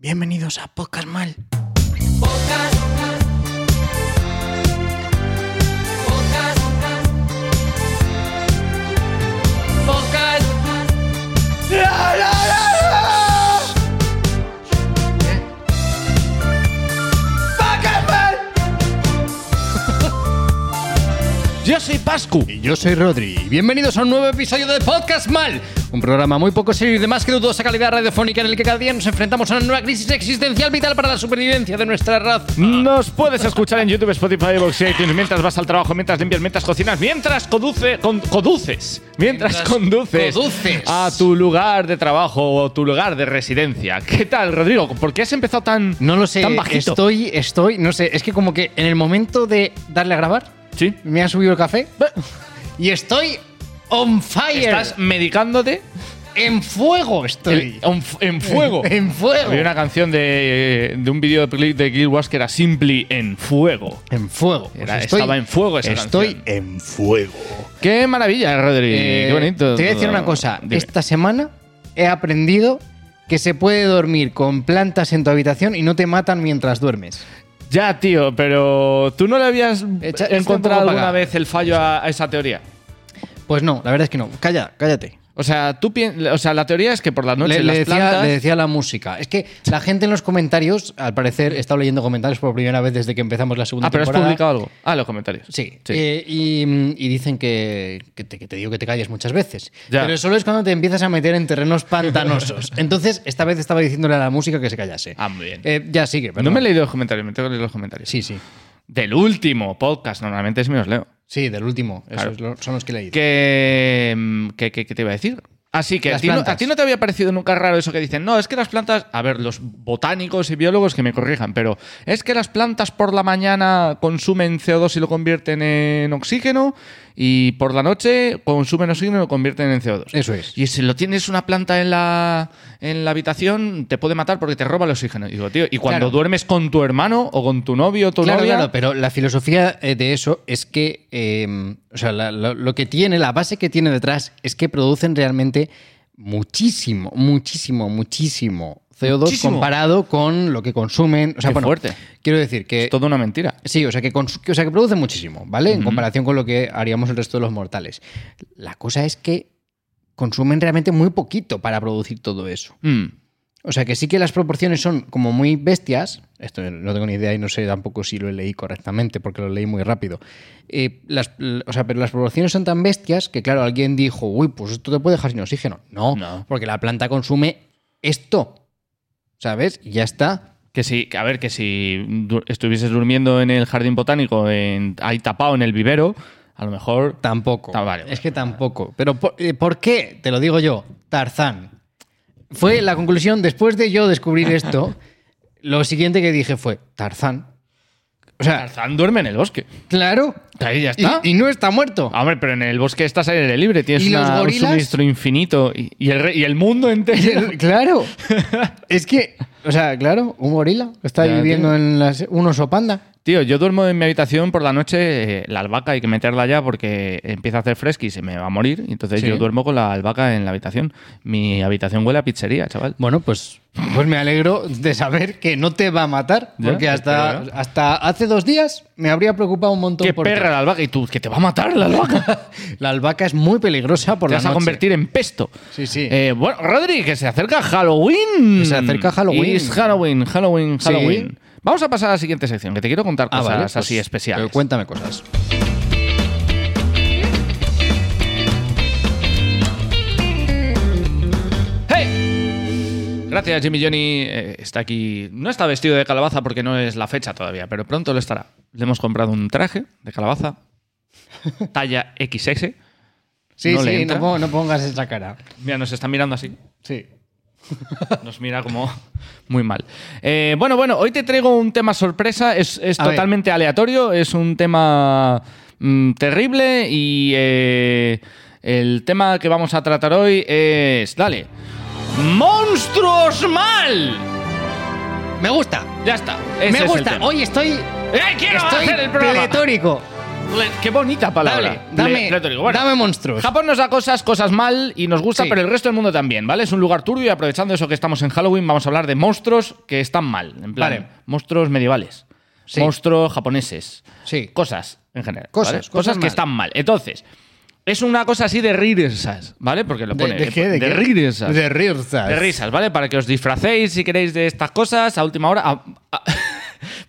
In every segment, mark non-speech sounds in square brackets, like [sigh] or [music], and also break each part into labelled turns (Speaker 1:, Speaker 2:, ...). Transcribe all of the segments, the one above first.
Speaker 1: Bienvenidos a Pocas Mal.
Speaker 2: Pocas, pocas, pocas,
Speaker 3: Yo soy Pascu.
Speaker 1: Y yo soy Rodri. y Bienvenidos a un nuevo episodio de Podcast Mal. Un programa muy poco serio y de más que dudosa calidad radiofónica en el que cada día nos enfrentamos a una nueva crisis existencial vital para la supervivencia de nuestra raza.
Speaker 3: Nos puedes escuchar en YouTube, Spotify, Vox y iTunes mientras vas al trabajo, mientras limpias, mientras cocinas, mientras conduce, con- conduces, mientras,
Speaker 1: Mientras
Speaker 3: conduces,
Speaker 1: conduces.
Speaker 3: a tu lugar de trabajo o tu lugar de residencia. ¿Qué tal, Rodrigo? ¿Por qué has empezado tan
Speaker 1: No lo sé.
Speaker 3: Tan bajito.
Speaker 1: Estoy, estoy, no sé. Es que como que en el momento de darle a grabar,
Speaker 3: Sí.
Speaker 1: me ha subido el café y estoy on fire.
Speaker 3: Estás medicándote
Speaker 1: en fuego estoy.
Speaker 3: el- en, en fuego.
Speaker 1: [laughs] en fuego.
Speaker 3: Había una canción de, de un vídeo de clip de Gil Wask que era Simply en fuego.
Speaker 1: En fuego. Pues
Speaker 3: Era-
Speaker 1: estoy-
Speaker 3: estaba en fuego esa
Speaker 1: Estoy
Speaker 3: canción.
Speaker 1: en fuego.
Speaker 3: Qué maravilla, Rodri.
Speaker 1: Eh,
Speaker 3: Qué bonito.
Speaker 1: Te voy a decir
Speaker 3: todo.
Speaker 1: una cosa.
Speaker 3: Dime.
Speaker 1: Esta semana he aprendido que se puede dormir con plantas en tu habitación y no te matan mientras duermes.
Speaker 3: Ya, tío, pero ¿tú no le habías
Speaker 1: Echa- echa un poco
Speaker 3: encontrado
Speaker 1: para
Speaker 3: alguna
Speaker 1: acá.
Speaker 3: vez el fallo a, a esa teoría?
Speaker 1: Pues no, la verdad es que no. Calla, cállate.
Speaker 3: O sea, tú pien- o sea, la teoría es que por las noches
Speaker 1: le,
Speaker 3: las
Speaker 1: le decía,
Speaker 3: plantas...
Speaker 1: le decía la música. Es que la gente en los comentarios, al parecer, he estado leyendo comentarios por primera vez desde que empezamos la segunda
Speaker 3: ah, pero has
Speaker 1: temporada.
Speaker 3: publicado algo. Ah, en los comentarios.
Speaker 1: Sí, eh, y, y dicen que, que te, que te digo que te calles muchas veces.
Speaker 3: Ya.
Speaker 1: Pero solo es cuando te empiezas a meter en terrenos [laughs] pantanosos. Entonces, esta vez estaba diciéndole a la música que se callase.
Speaker 3: Ah, muy bien.
Speaker 1: Eh, ya sigue,
Speaker 3: no
Speaker 1: perdón.
Speaker 3: me he leído los comentarios, me tengo que leer los comentarios.
Speaker 1: Sí, sí.
Speaker 3: Del último podcast, normalmente sí me los leo.
Speaker 1: Sí, del último.
Speaker 3: Claro.
Speaker 1: Esos lo- son los que leí.
Speaker 3: Que, mm, que, que- que te iba a decir. Así que a
Speaker 1: Las
Speaker 3: ti, no,
Speaker 1: plantas.
Speaker 3: a ti no te había parecido nunca raro eso que dicen, no, es que las plantas, a ver, los botánicos y biólogos que me corrijan, pero es que las plantas por la mañana consumen CO2 y lo convierten en oxígeno y por la noche consumen oxígeno y lo convierten en CO2.
Speaker 1: Eso es.
Speaker 3: Y si lo tienes una planta en la, en la habitación, te puede matar porque te roba el oxígeno. Y digo, tío, y cuando
Speaker 1: Claro.
Speaker 3: duermes con tu hermano o con tu novio o tu
Speaker 1: Claro,
Speaker 3: novia,
Speaker 1: claro, pero la filosofía eh, de eso es que, eh, o sea, la- lo, lo que tiene, la base que tiene detrás es que producen realmente muchísimo, muchísimo, muchísimo CO2
Speaker 3: Muchísimo.
Speaker 1: comparado con lo que consumen. O sea,
Speaker 3: Qué
Speaker 1: bueno,
Speaker 3: fuerte.
Speaker 1: Quiero decir que
Speaker 3: es toda una mentira.
Speaker 1: Sí, o sea que, cons- que- o sea que produce muchísimo, ¿vale? En comparación con lo que haríamos el resto de los mortales. La cosa es que consumen realmente muy poquito para producir todo eso.
Speaker 3: Mm.
Speaker 1: O sea que sí que las proporciones son como muy bestias. Esto no tengo ni idea y no sé tampoco si lo leí correctamente porque lo leí muy rápido. Eh, las, l- o sea, pero las proporciones son tan bestias que, claro, alguien dijo, uy, pues esto te puede dejar sin oxígeno. No,
Speaker 3: No.
Speaker 1: porque la planta consume esto. ¿Sabes? Y ya está.
Speaker 3: Que si, que a ver, que si du- estuvieses durmiendo en el jardín botánico, en, ahí tapado en el vivero, a lo mejor.
Speaker 1: Tampoco.
Speaker 3: Ah, vale, vale,
Speaker 1: es que tampoco. Pero por, eh, ¿por qué? Te lo digo yo, Tarzán. Fue la conclusión, después de yo
Speaker 3: [laughs]
Speaker 1: descubrir esto, lo siguiente que dije fue, Tarzán. O sea,
Speaker 3: Tarzán duerme en el bosque.
Speaker 1: claro.
Speaker 3: Ahí ya está.
Speaker 1: Ah. Y, y no está muerto.
Speaker 3: Ah, Hombre, pero en el bosque estás al aire libre, tienes
Speaker 1: ¿Y los
Speaker 3: una- un
Speaker 1: gorilas?
Speaker 3: suministro infinito y, y el, re- y el mundo
Speaker 1: Y [laughs]
Speaker 3: entero.
Speaker 1: [laughs] el- claro. es que, o sea, claro, un gorila está
Speaker 3: Ya,
Speaker 1: viviendo
Speaker 3: tío.
Speaker 1: en las, un oso panda.
Speaker 3: Tío, yo duermo en mi habitación por la noche, eh, la albahaca hay que meterla ya porque empieza a hacer fresco y se me va a morir. y Entonces
Speaker 1: Sí.
Speaker 3: yo duermo con la albahaca en la habitación. Mi habitación huele a pizzería, chaval.
Speaker 1: Bueno, pues, pues me alegro de saber que no te va a matar,
Speaker 3: Ya,
Speaker 1: porque hasta,
Speaker 3: espero,
Speaker 1: hasta hace dos días me habría preocupado un montón
Speaker 3: Qué
Speaker 1: por ti.
Speaker 3: perra la albahaca y tú, que te va a matar la albahaca.
Speaker 1: [laughs] La albahaca es muy peligrosa por
Speaker 3: Te
Speaker 1: la
Speaker 3: vas a
Speaker 1: noche.
Speaker 3: convertir en pesto.
Speaker 1: Sí, sí.
Speaker 3: Eh, bueno, Rodri, que se acerca Halloween.
Speaker 1: Que se acerca Halloween.
Speaker 3: Es Halloween, Halloween,
Speaker 1: Sí.
Speaker 3: Halloween. Vamos a pasar a la siguiente sección, que te quiero contar
Speaker 1: Ah,
Speaker 3: cosas
Speaker 1: vale,
Speaker 3: así
Speaker 1: pues,
Speaker 3: especiales.
Speaker 1: pero cuéntame cosas.
Speaker 3: ¡Hey! Gracias, Jimmy Johnny. eh, está aquí. No está vestido de calabaza porque no es la fecha todavía, pero pronto lo estará. Le hemos comprado un traje de calabaza, talla XS.
Speaker 1: Sí,
Speaker 3: ¿No le
Speaker 1: sí,
Speaker 3: entra?
Speaker 1: no, pon- no pongas esa cara.
Speaker 3: Mira, nos están mirando así.
Speaker 1: Sí.
Speaker 3: Nos mira como [laughs] muy mal. Eh, bueno, bueno, hoy te traigo un tema sorpresa. Es, es
Speaker 1: A ver.
Speaker 3: totalmente aleatorio. Es un tema mm, terrible. Y eh, el tema que vamos a tratar hoy es. Dale. ¡Monstruos mal!
Speaker 1: Me gusta.
Speaker 3: Ya está. Ese es
Speaker 1: me
Speaker 3: el
Speaker 1: gusta.
Speaker 3: tema.
Speaker 1: Hoy estoy.
Speaker 3: ¡Eh, quiero
Speaker 1: estoy
Speaker 3: hacer el programa!
Speaker 1: pletórico.
Speaker 3: Ple- ¡Qué bonita palabra!
Speaker 1: Dale, dame,
Speaker 3: Ple- pletórico. Bueno,
Speaker 1: dame monstruos.
Speaker 3: Japón nos da cosas, cosas mal y nos gusta,
Speaker 1: Pues- Sí.
Speaker 3: pero el resto del mundo también, ¿vale? Es un lugar turbio y aprovechando eso que estamos en Halloween, vamos a hablar de monstruos que están mal. En plan,
Speaker 1: Vale.
Speaker 3: monstruos medievales,
Speaker 1: Sí.
Speaker 3: monstruos japoneses,
Speaker 1: Sí.
Speaker 3: cosas en general.
Speaker 1: Cosas,
Speaker 3: ¿vale?
Speaker 1: cosas
Speaker 3: que
Speaker 1: mal.
Speaker 3: están mal. Entonces, es una cosa así de risas, ¿vale? Porque lo pone. risas.
Speaker 1: De risas.
Speaker 3: De risas, ¿vale? Para que os disfracéis si queréis de estas cosas a última hora. A- a- [laughs]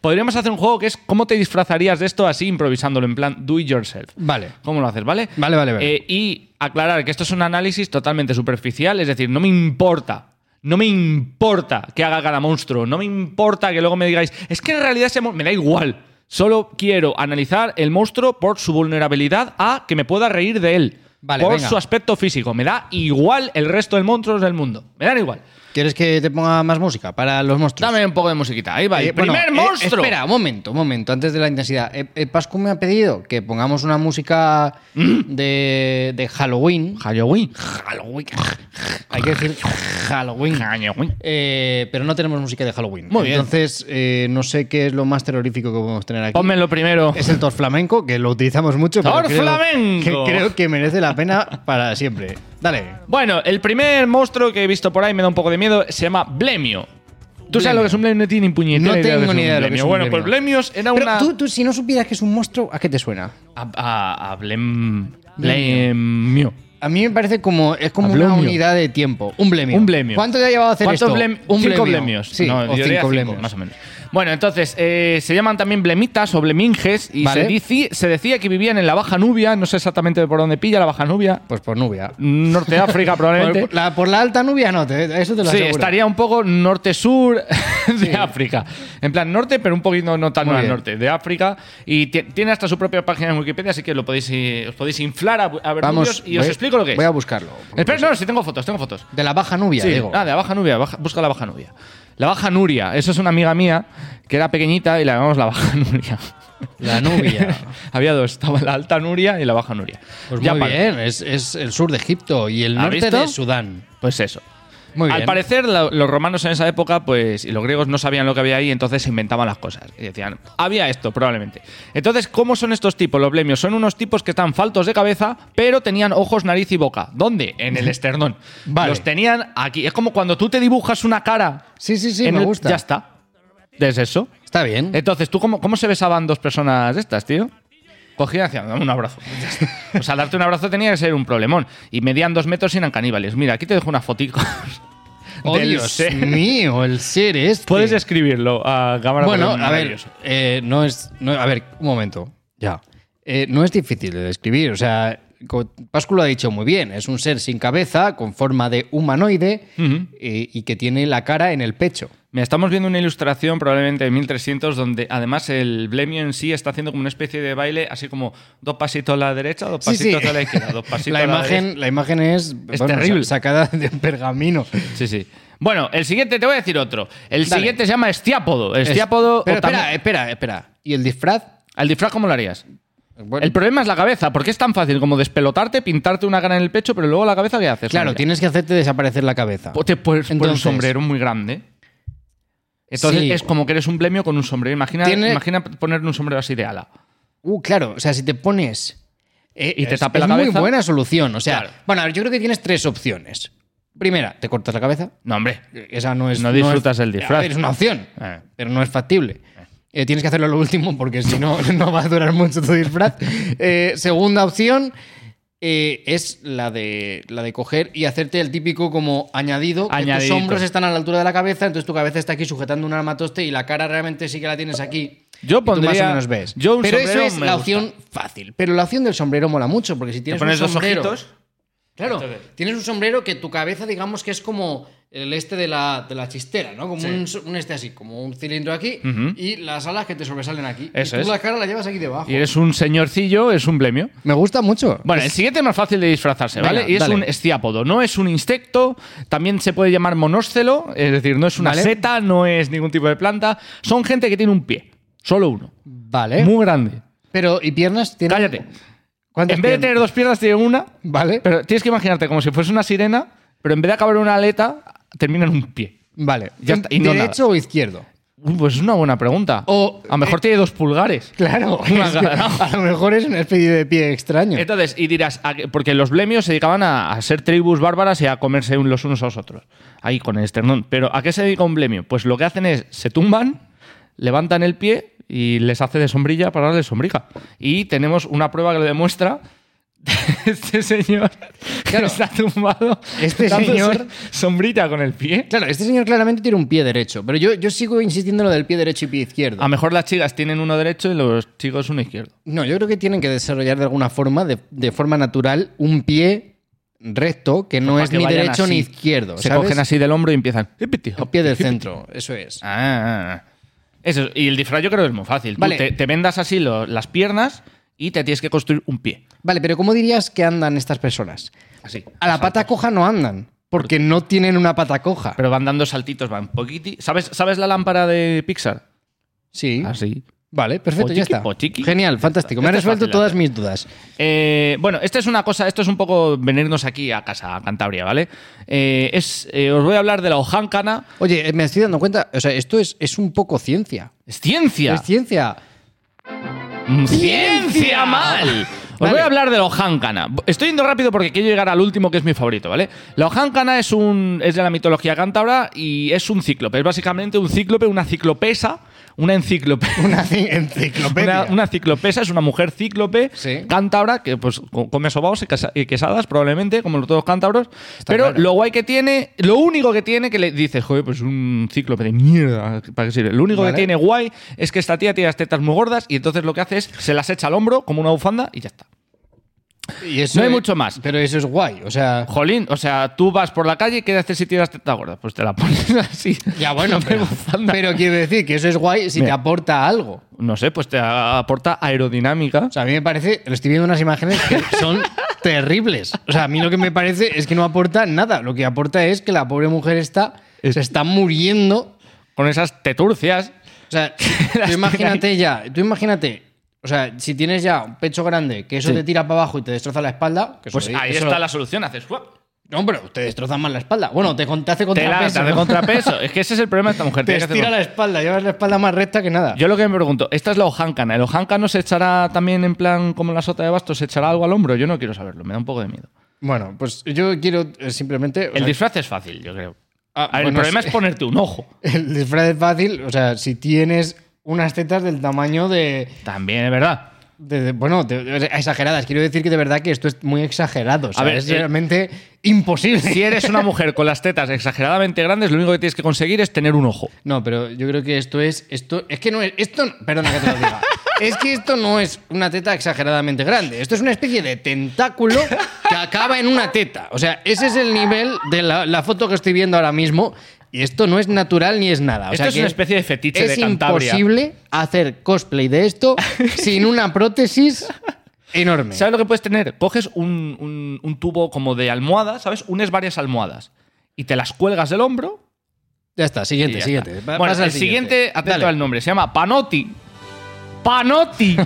Speaker 3: Podríamos hacer un juego que es cómo te disfrazarías de esto así improvisándolo, en plan do it yourself.
Speaker 1: Vale.
Speaker 3: ¿Cómo lo haces, vale?
Speaker 1: Vale, vale, vale.
Speaker 3: Eh, y aclarar que esto es un análisis totalmente superficial, es decir, no me importa. No me importa que haga cada monstruo, no me importa que luego me digáis, es que en realidad ese mon-". me da igual. Solo quiero analizar el monstruo por su vulnerabilidad a que me pueda reír de él.
Speaker 1: Vale,
Speaker 3: por
Speaker 1: venga.
Speaker 3: su aspecto físico. Me da igual el resto de monstruos del mundo. Me dan igual.
Speaker 1: ¿Quieres que te ponga más música para los monstruos?
Speaker 3: Dame un poco de musiquita. Ahí va.
Speaker 1: Eh,
Speaker 3: el primer
Speaker 1: bueno, eh,
Speaker 3: monstruo.
Speaker 1: espera, un momento, un momento, antes de la intensidad. Eh, eh, Pascu me ha pedido que pongamos una música de, de Halloween.
Speaker 3: Mm. Halloween.
Speaker 1: Halloween. Hay que decir Halloween.
Speaker 3: Halloween.
Speaker 1: Eh, pero no tenemos música de Halloween.
Speaker 3: Muy bien.
Speaker 1: Entonces, eh, no sé qué es lo más terrorífico que podemos tener aquí.
Speaker 3: Ponme lo primero.
Speaker 1: Es el Thor flamenco, que lo utilizamos mucho. pero
Speaker 3: Thor
Speaker 1: creo-
Speaker 3: flamenco.
Speaker 1: Que creo que merece la pena para siempre. Dale.
Speaker 3: Bueno, el primer monstruo que he visto por ahí me da un poco de miedo. Se llama Blemio. ¿Tú sabes
Speaker 1: Blemio.
Speaker 3: lo que es un Blemio? No tiene ni puñetera
Speaker 1: No
Speaker 3: idea
Speaker 1: tengo
Speaker 3: de
Speaker 1: ni idea de lo que es un
Speaker 3: Bueno,
Speaker 1: Blemio.
Speaker 3: pues Blemios era
Speaker 1: Pero
Speaker 3: una.
Speaker 1: tú, tú, si no supieras que es un monstruo, ¿a qué te suena?
Speaker 3: A, a- a Blem. Blemio.
Speaker 1: A mí me parece como es como
Speaker 3: A
Speaker 1: una
Speaker 3: blemio.
Speaker 1: unidad de tiempo, un blemio.
Speaker 3: Un blemio.
Speaker 1: ¿Cuánto te ha llevado a hacer
Speaker 3: ¿Cuántos
Speaker 1: esto?
Speaker 3: blem-
Speaker 1: un
Speaker 3: cinco
Speaker 1: blemio.
Speaker 3: blemios.
Speaker 1: Sí,
Speaker 3: No, yo
Speaker 1: o
Speaker 3: diría
Speaker 1: cinco
Speaker 3: cinco,
Speaker 1: blemios.
Speaker 3: más o menos. Bueno, entonces, eh, se llaman también blemitas o bleminges y
Speaker 1: Vale.
Speaker 3: se, dici- se decía que vivían en la Baja Nubia, no sé exactamente por dónde pilla la Baja Nubia,
Speaker 1: Pues por Nubia.
Speaker 3: Norte de
Speaker 1: [laughs]
Speaker 3: África probablemente.
Speaker 1: Por la, por la alta Nubia no, te- eso te lo
Speaker 3: Sí,
Speaker 1: aseguro.
Speaker 3: estaría un poco norte-sur [laughs] de África. En plan norte, pero un poquito no tan
Speaker 1: Muy
Speaker 3: al
Speaker 1: bien.
Speaker 3: norte de África. Y ti- tiene hasta su propia página en Wikipedia, así que lo podéis, eh, os podéis inflar a, a ver
Speaker 1: Vamos,
Speaker 3: vídeos y os
Speaker 1: voy-
Speaker 3: explico lo que es.
Speaker 1: Voy a buscarlo. porque
Speaker 3: Espera,
Speaker 1: no sé.
Speaker 3: no, sí, tengo fotos, tengo fotos.
Speaker 1: De la baja Nubia,
Speaker 3: Sí,
Speaker 1: digo.
Speaker 3: ah, de la Baja Nubia, baja- busca la Baja Nubia. La Baja Nuria, eso es una amiga mía que era pequeñita y la llamamos la Baja [laughs] Nuria.
Speaker 1: La
Speaker 3: [laughs]
Speaker 1: Nubia.
Speaker 3: Había dos, estaba la Alta Nuria y la Baja Nuria.
Speaker 1: Pues
Speaker 3: Ya
Speaker 1: muy
Speaker 3: para-
Speaker 1: bien, es, es el sur de Egipto y el
Speaker 3: ¿Has
Speaker 1: norte
Speaker 3: visto?
Speaker 1: de Sudán.
Speaker 3: Pues eso.
Speaker 1: Muy bien.
Speaker 3: Al parecer, lo- los romanos en esa época, pues, y los griegos no sabían lo que había ahí, entonces se inventaban las cosas. Y decían, había esto, probablemente. Entonces, ¿cómo son estos tipos, los blemios? Son unos tipos que están faltos de cabeza, pero tenían ojos, nariz y boca. ¿Dónde? En
Speaker 1: [laughs]
Speaker 3: el esternón.
Speaker 1: Vale.
Speaker 3: Los tenían aquí. Es como cuando tú te dibujas una cara.
Speaker 1: Sí, sí, sí,
Speaker 3: en
Speaker 1: me
Speaker 3: el-
Speaker 1: gusta.
Speaker 3: Ya está. Es eso.
Speaker 1: Está bien.
Speaker 3: Entonces, ¿tú cómo, cómo se besaban dos personas de estas, tío? Cogían hacia dame un abrazo. O sea, darte un abrazo tenía que ser un problemón. Y medían dos metros y eran caníbales. Mira, aquí te dejo una fotico. [laughs]
Speaker 1: Oh,
Speaker 3: del
Speaker 1: Dios
Speaker 3: ser.
Speaker 1: mío,
Speaker 3: [laughs]
Speaker 1: el ser este. es.
Speaker 3: Puedes escribirlo a cámara
Speaker 1: Bueno,
Speaker 3: porque es
Speaker 1: a ver,
Speaker 3: maravilloso.
Speaker 1: eh, no es. no- a ver, un momento. Ya. Eh, no es difícil de describir. O sea, co- Pascu lo ha dicho muy bien. Es un ser sin cabeza, con forma de humanoide eh, y que tiene la cara en el pecho.
Speaker 3: Mira, estamos viendo una ilustración probablemente de 1300 donde además el blemio en sí está haciendo como una especie de baile, así como dos pasitos a la derecha, dos
Speaker 1: Sí, sí.
Speaker 3: pasitos a la izquierda,
Speaker 1: [laughs]
Speaker 3: dos pasitos
Speaker 1: La
Speaker 3: a la
Speaker 1: imagen, la imagen es,
Speaker 3: terrible.
Speaker 1: sa- sacada [laughs] de un pergamino.
Speaker 3: Sí, sí. Bueno, el siguiente, te voy a decir otro. El
Speaker 1: Dale.
Speaker 3: siguiente se llama estiápodo. Estiápodo.
Speaker 1: Pero
Speaker 3: o tam-
Speaker 1: espera, espera, espera. ¿Y el disfraz?
Speaker 3: ¿Al disfraz cómo lo harías?
Speaker 1: Bueno,
Speaker 3: El problema es la cabeza, porque es tan fácil como despelotarte, pintarte una gana en el pecho, pero luego la cabeza, ¿qué haces?
Speaker 1: claro,
Speaker 3: Mira,
Speaker 1: tienes que hacerte desaparecer la cabeza.
Speaker 3: po- Te puedes poner un
Speaker 1: Entonces-
Speaker 3: sombrero muy grande. Entonces
Speaker 1: Sí.
Speaker 3: es como que eres un blemio con un sombrero. Imagina,
Speaker 1: Tiene-
Speaker 3: imagina ponerle un sombrero así de ala.
Speaker 1: Uh, claro, o sea, si te pones eh,
Speaker 3: Y te
Speaker 1: es-
Speaker 3: tape
Speaker 1: es
Speaker 3: la
Speaker 1: muy
Speaker 3: cabeza.
Speaker 1: buena solución, o sea,
Speaker 3: Claro.
Speaker 1: bueno, a ver, yo creo que tienes tres opciones. Primera, te cortas la cabeza.
Speaker 3: No, hombre. Eh.
Speaker 1: Esa no es
Speaker 3: No
Speaker 1: es-
Speaker 3: disfrutas el disfraz.
Speaker 1: a ver, es una opción,
Speaker 3: Eh.
Speaker 1: pero no es factible. Eh, tienes que hacerlo lo último porque si no [laughs] no va a durar mucho tu disfraz. Eh, segunda opción eh, es la de la de coger y hacerte el típico como añadido que tus
Speaker 3: Añadidito.
Speaker 1: hombros están a la altura de la cabeza, entonces tu cabeza está aquí sujetando un armatoste y la cara realmente sí que la tienes aquí.
Speaker 3: Yo
Speaker 1: Y tú más
Speaker 3: pondría-
Speaker 1: o menos ves.
Speaker 3: yo un
Speaker 1: pero eso
Speaker 3: sombrero
Speaker 1: es
Speaker 3: me
Speaker 1: la
Speaker 3: gusta.
Speaker 1: opción fácil. Pero la opción del sombrero mola mucho porque si
Speaker 3: Te
Speaker 1: tienes
Speaker 3: pones
Speaker 1: un
Speaker 3: dos
Speaker 1: sombrero,
Speaker 3: ojitos.
Speaker 1: Claro, tienes un sombrero que tu cabeza, digamos que es como el este de la, de la chistera, ¿no? Como
Speaker 3: Sí.
Speaker 1: un, so- un este así, como un cilindro aquí
Speaker 3: Ujú.
Speaker 1: y las alas que te sobresalen aquí.
Speaker 3: Eso
Speaker 1: y tú
Speaker 3: es.
Speaker 1: la cara la llevas aquí debajo.
Speaker 3: Y eres un señorcillo, es un blemio.
Speaker 1: Me gusta mucho.
Speaker 3: Bueno, el siguiente es más fácil de disfrazarse,
Speaker 1: Venga,
Speaker 3: ¿vale? y es
Speaker 1: dale.
Speaker 3: un esciápodo, no es un insecto, también se puede llamar monóscelo, es decir, no es una
Speaker 1: Vale.
Speaker 3: seta, no es ningún tipo de planta. Son gente que tiene un pie, solo uno,
Speaker 1: Vale.
Speaker 3: muy grande.
Speaker 1: Pero, ¿y piernas? tienen-
Speaker 3: Cállate.
Speaker 1: ¿Cuántas
Speaker 3: En vez de
Speaker 1: piernas?
Speaker 3: tener dos piernas, tiene una.
Speaker 1: Vale.
Speaker 3: Pero tienes que imaginarte como si fuese una sirena, pero en vez de acabar en una aleta, termina en un pie.
Speaker 1: Vale.
Speaker 3: Ya está, y no
Speaker 1: ¿Derecho o izquierdo?
Speaker 3: Uy, pues es una buena pregunta.
Speaker 1: O-
Speaker 3: a lo mejor tiene dos pulgares. Una
Speaker 1: Claro. [laughs] es que
Speaker 3: cara.
Speaker 1: a lo mejor es una especie de pie extraño.
Speaker 3: Entonces, y dirás, ¿a qué? porque los blemios se dedicaban a, a ser tribus bárbaras y a comerse un- los unos a los otros, ahí con el esternón. Pero ¿a qué se dedica un blemio? Pues lo que hacen es, se tumban, levantan el pie y les hace de sombrilla para darle sombrija. Y tenemos una prueba que lo demuestra. [laughs] Este señor que
Speaker 1: Claro.
Speaker 3: está tumbado,
Speaker 1: Este
Speaker 3: dándose
Speaker 1: señor-
Speaker 3: sombrilla con el pie.
Speaker 1: Claro, este señor claramente tiene un pie derecho, pero yo, yo sigo insistiendo en lo del pie derecho y pie izquierdo.
Speaker 3: A lo mejor las chicas tienen uno derecho y los chicos uno izquierdo.
Speaker 1: No, yo creo que tienen que desarrollar de alguna forma, de, de forma natural, un pie recto que no
Speaker 3: Para
Speaker 1: es
Speaker 3: que
Speaker 1: ni
Speaker 3: vayan
Speaker 1: derecho
Speaker 3: así.
Speaker 1: ni izquierdo.
Speaker 3: Se
Speaker 1: ¿sabes?
Speaker 3: cogen así del hombro y empiezan. "Eh,
Speaker 1: El pie [laughs] del centro, eso es.
Speaker 3: Ah, ah, ah. Eso, es. y el disfraz yo creo que es muy fácil. Tú
Speaker 1: Vale.
Speaker 3: te, te vendas así lo- las piernas y te tienes que construir un pie.
Speaker 1: Vale, pero ¿cómo dirías que andan estas personas?
Speaker 3: Así.
Speaker 1: A la pata coja no andan, porque no tienen una pata coja.
Speaker 3: Pero van dando saltitos, van poquiti. ¿Sabes, ¿Sabes la lámpara de Pixar? Ah,
Speaker 1: sí.
Speaker 3: Así.
Speaker 1: Vale, perfecto, ya
Speaker 3: Pochiqui,
Speaker 1: está.
Speaker 3: pochiqui.
Speaker 1: Genial, fantástico. Me ha
Speaker 3: Esta es
Speaker 1: resuelto
Speaker 3: fácil,
Speaker 1: todas
Speaker 3: la
Speaker 1: mis dudas.
Speaker 3: Eh, bueno, esta es una cosa, esto es un poco venirnos aquí a casa, a Cantabria, ¿vale? Eh, es, eh, os voy a hablar de la ojáncana.
Speaker 1: Oye, eh, me estoy dando cuenta, o sea, esto es, es un poco ciencia.
Speaker 3: Es ciencia.
Speaker 1: Es ciencia.
Speaker 3: Mm, ¡Ciencia mal! Os
Speaker 1: Vale.
Speaker 3: voy a hablar de la ojáncana. Estoy yendo rápido porque quiero llegar al último que es mi favorito, ¿vale? La ojáncana es, un, es de la mitología cántabra y es un cíclope. Es básicamente un cíclope, una ciclopesa, una enciclopedia.
Speaker 1: Una enciclopedia.
Speaker 3: Una, una ciclopesa es una mujer cíclope
Speaker 1: Sí.
Speaker 3: cántabra que pues co- come sobaos y, casa- y quesadas probablemente, como los todos cántabros. pero
Speaker 1: claro.
Speaker 3: lo guay que tiene, lo único que tiene que le dices, joder, pues un cíclope de mierda, ¿para qué sirve? Lo único
Speaker 1: Vale.
Speaker 3: que tiene guay es que esta tía tiene las tetas muy gordas y entonces lo que hace es se las echa al hombro como una bufanda y ya está.
Speaker 1: Y eso
Speaker 3: No hay
Speaker 1: es-
Speaker 3: mucho más.
Speaker 1: Pero eso es guay, o sea.
Speaker 3: Jolín, o sea, tú vas por la calle y ¿qué haces si tienes las tetas gordas? Pues te la [laughs] pones así.
Speaker 1: Ya bueno, pero,
Speaker 3: bufanda.
Speaker 1: pero quiero decir que eso es guay si
Speaker 3: Mira.
Speaker 1: te aporta algo.
Speaker 3: No sé, pues te aporta aerodinámica.
Speaker 1: O sea, a mí me parece, lo estoy viendo unas imágenes que son terribles. O sea, a mí lo que me parece es que no aporta nada. Lo que aporta es que la pobre mujer está,
Speaker 3: Es-
Speaker 1: se está muriendo.
Speaker 3: con esas teturcias. [laughs]
Speaker 1: O sea,
Speaker 3: Las
Speaker 1: tú imagínate ya, tú imagínate, o sea, si tienes ya un pecho grande que eso
Speaker 3: Sí.
Speaker 1: te tira para abajo y te destroza la espalda, que eso
Speaker 3: Pues
Speaker 1: di-
Speaker 3: ahí
Speaker 1: eso-
Speaker 3: está la solución, haces guap.
Speaker 1: No, pero te destroza más la espalda. Bueno, te, con- te
Speaker 3: Te
Speaker 1: hace
Speaker 3: la
Speaker 1: contrapeso.
Speaker 3: te hace
Speaker 1: ¿no?
Speaker 3: contrapeso. Es que ese es el problema de esta mujer.
Speaker 1: Te
Speaker 3: tiene que hacer
Speaker 1: estira la espalda, llevas la espalda más recta que nada.
Speaker 3: Yo lo que me pregunto, esta es la ojáncana. ¿El ojáncano se echará también en plan como la sota de bastos? ¿Se echará algo al hombro? Yo no quiero saberlo, me da un poco de miedo.
Speaker 1: Bueno, pues yo quiero eh, simplemente. o
Speaker 3: El
Speaker 1: sea,
Speaker 3: disfraz es fácil, yo creo.
Speaker 1: Ah,
Speaker 3: A ver, el
Speaker 1: bueno,
Speaker 3: problema
Speaker 1: sí.
Speaker 3: es ponerte un ojo.
Speaker 1: el disfraz es fácil, o sea, si tienes unas tetas del tamaño de.
Speaker 3: También, es verdad.
Speaker 1: de- de- bueno, de- de- exageradas. Quiero decir que de verdad que esto es muy exagerado. O sea,
Speaker 3: ver,
Speaker 1: es
Speaker 3: eh,
Speaker 1: realmente imposible.
Speaker 3: Si eres una mujer con las tetas exageradamente grandes, lo único que tienes que conseguir es tener un ojo.
Speaker 1: No, pero yo creo que esto es. Esto, es que no es. Esto. Perdona que te lo
Speaker 3: [laughs]
Speaker 1: diga. Es que esto no es una teta exageradamente grande. Esto es una especie de tentáculo que acaba en una teta. O sea, ese es el nivel de la, la foto que estoy viendo ahora mismo. Y esto no es natural ni es nada. O
Speaker 3: Esto
Speaker 1: sea
Speaker 3: es
Speaker 1: que
Speaker 3: una especie de fetiche
Speaker 1: es
Speaker 3: de Cantabria.
Speaker 1: imposible hacer cosplay
Speaker 3: [laughs]
Speaker 1: de esto sin una prótesis enorme.
Speaker 3: ¿Sabes lo que puedes tener? Coges un, un- un tubo como de almohada, ¿sabes? Unes varias almohadas y te las cuelgas del hombro
Speaker 1: Ya está,
Speaker 3: Y
Speaker 1: siguiente,
Speaker 3: ya
Speaker 1: siguiente.
Speaker 3: está.
Speaker 1: Pa-
Speaker 3: Bueno,
Speaker 1: pasa
Speaker 3: el siguiente, atento
Speaker 1: Dale.
Speaker 3: al nombre, se llama Panotti.
Speaker 1: [laughs]
Speaker 3: ¡Panotti!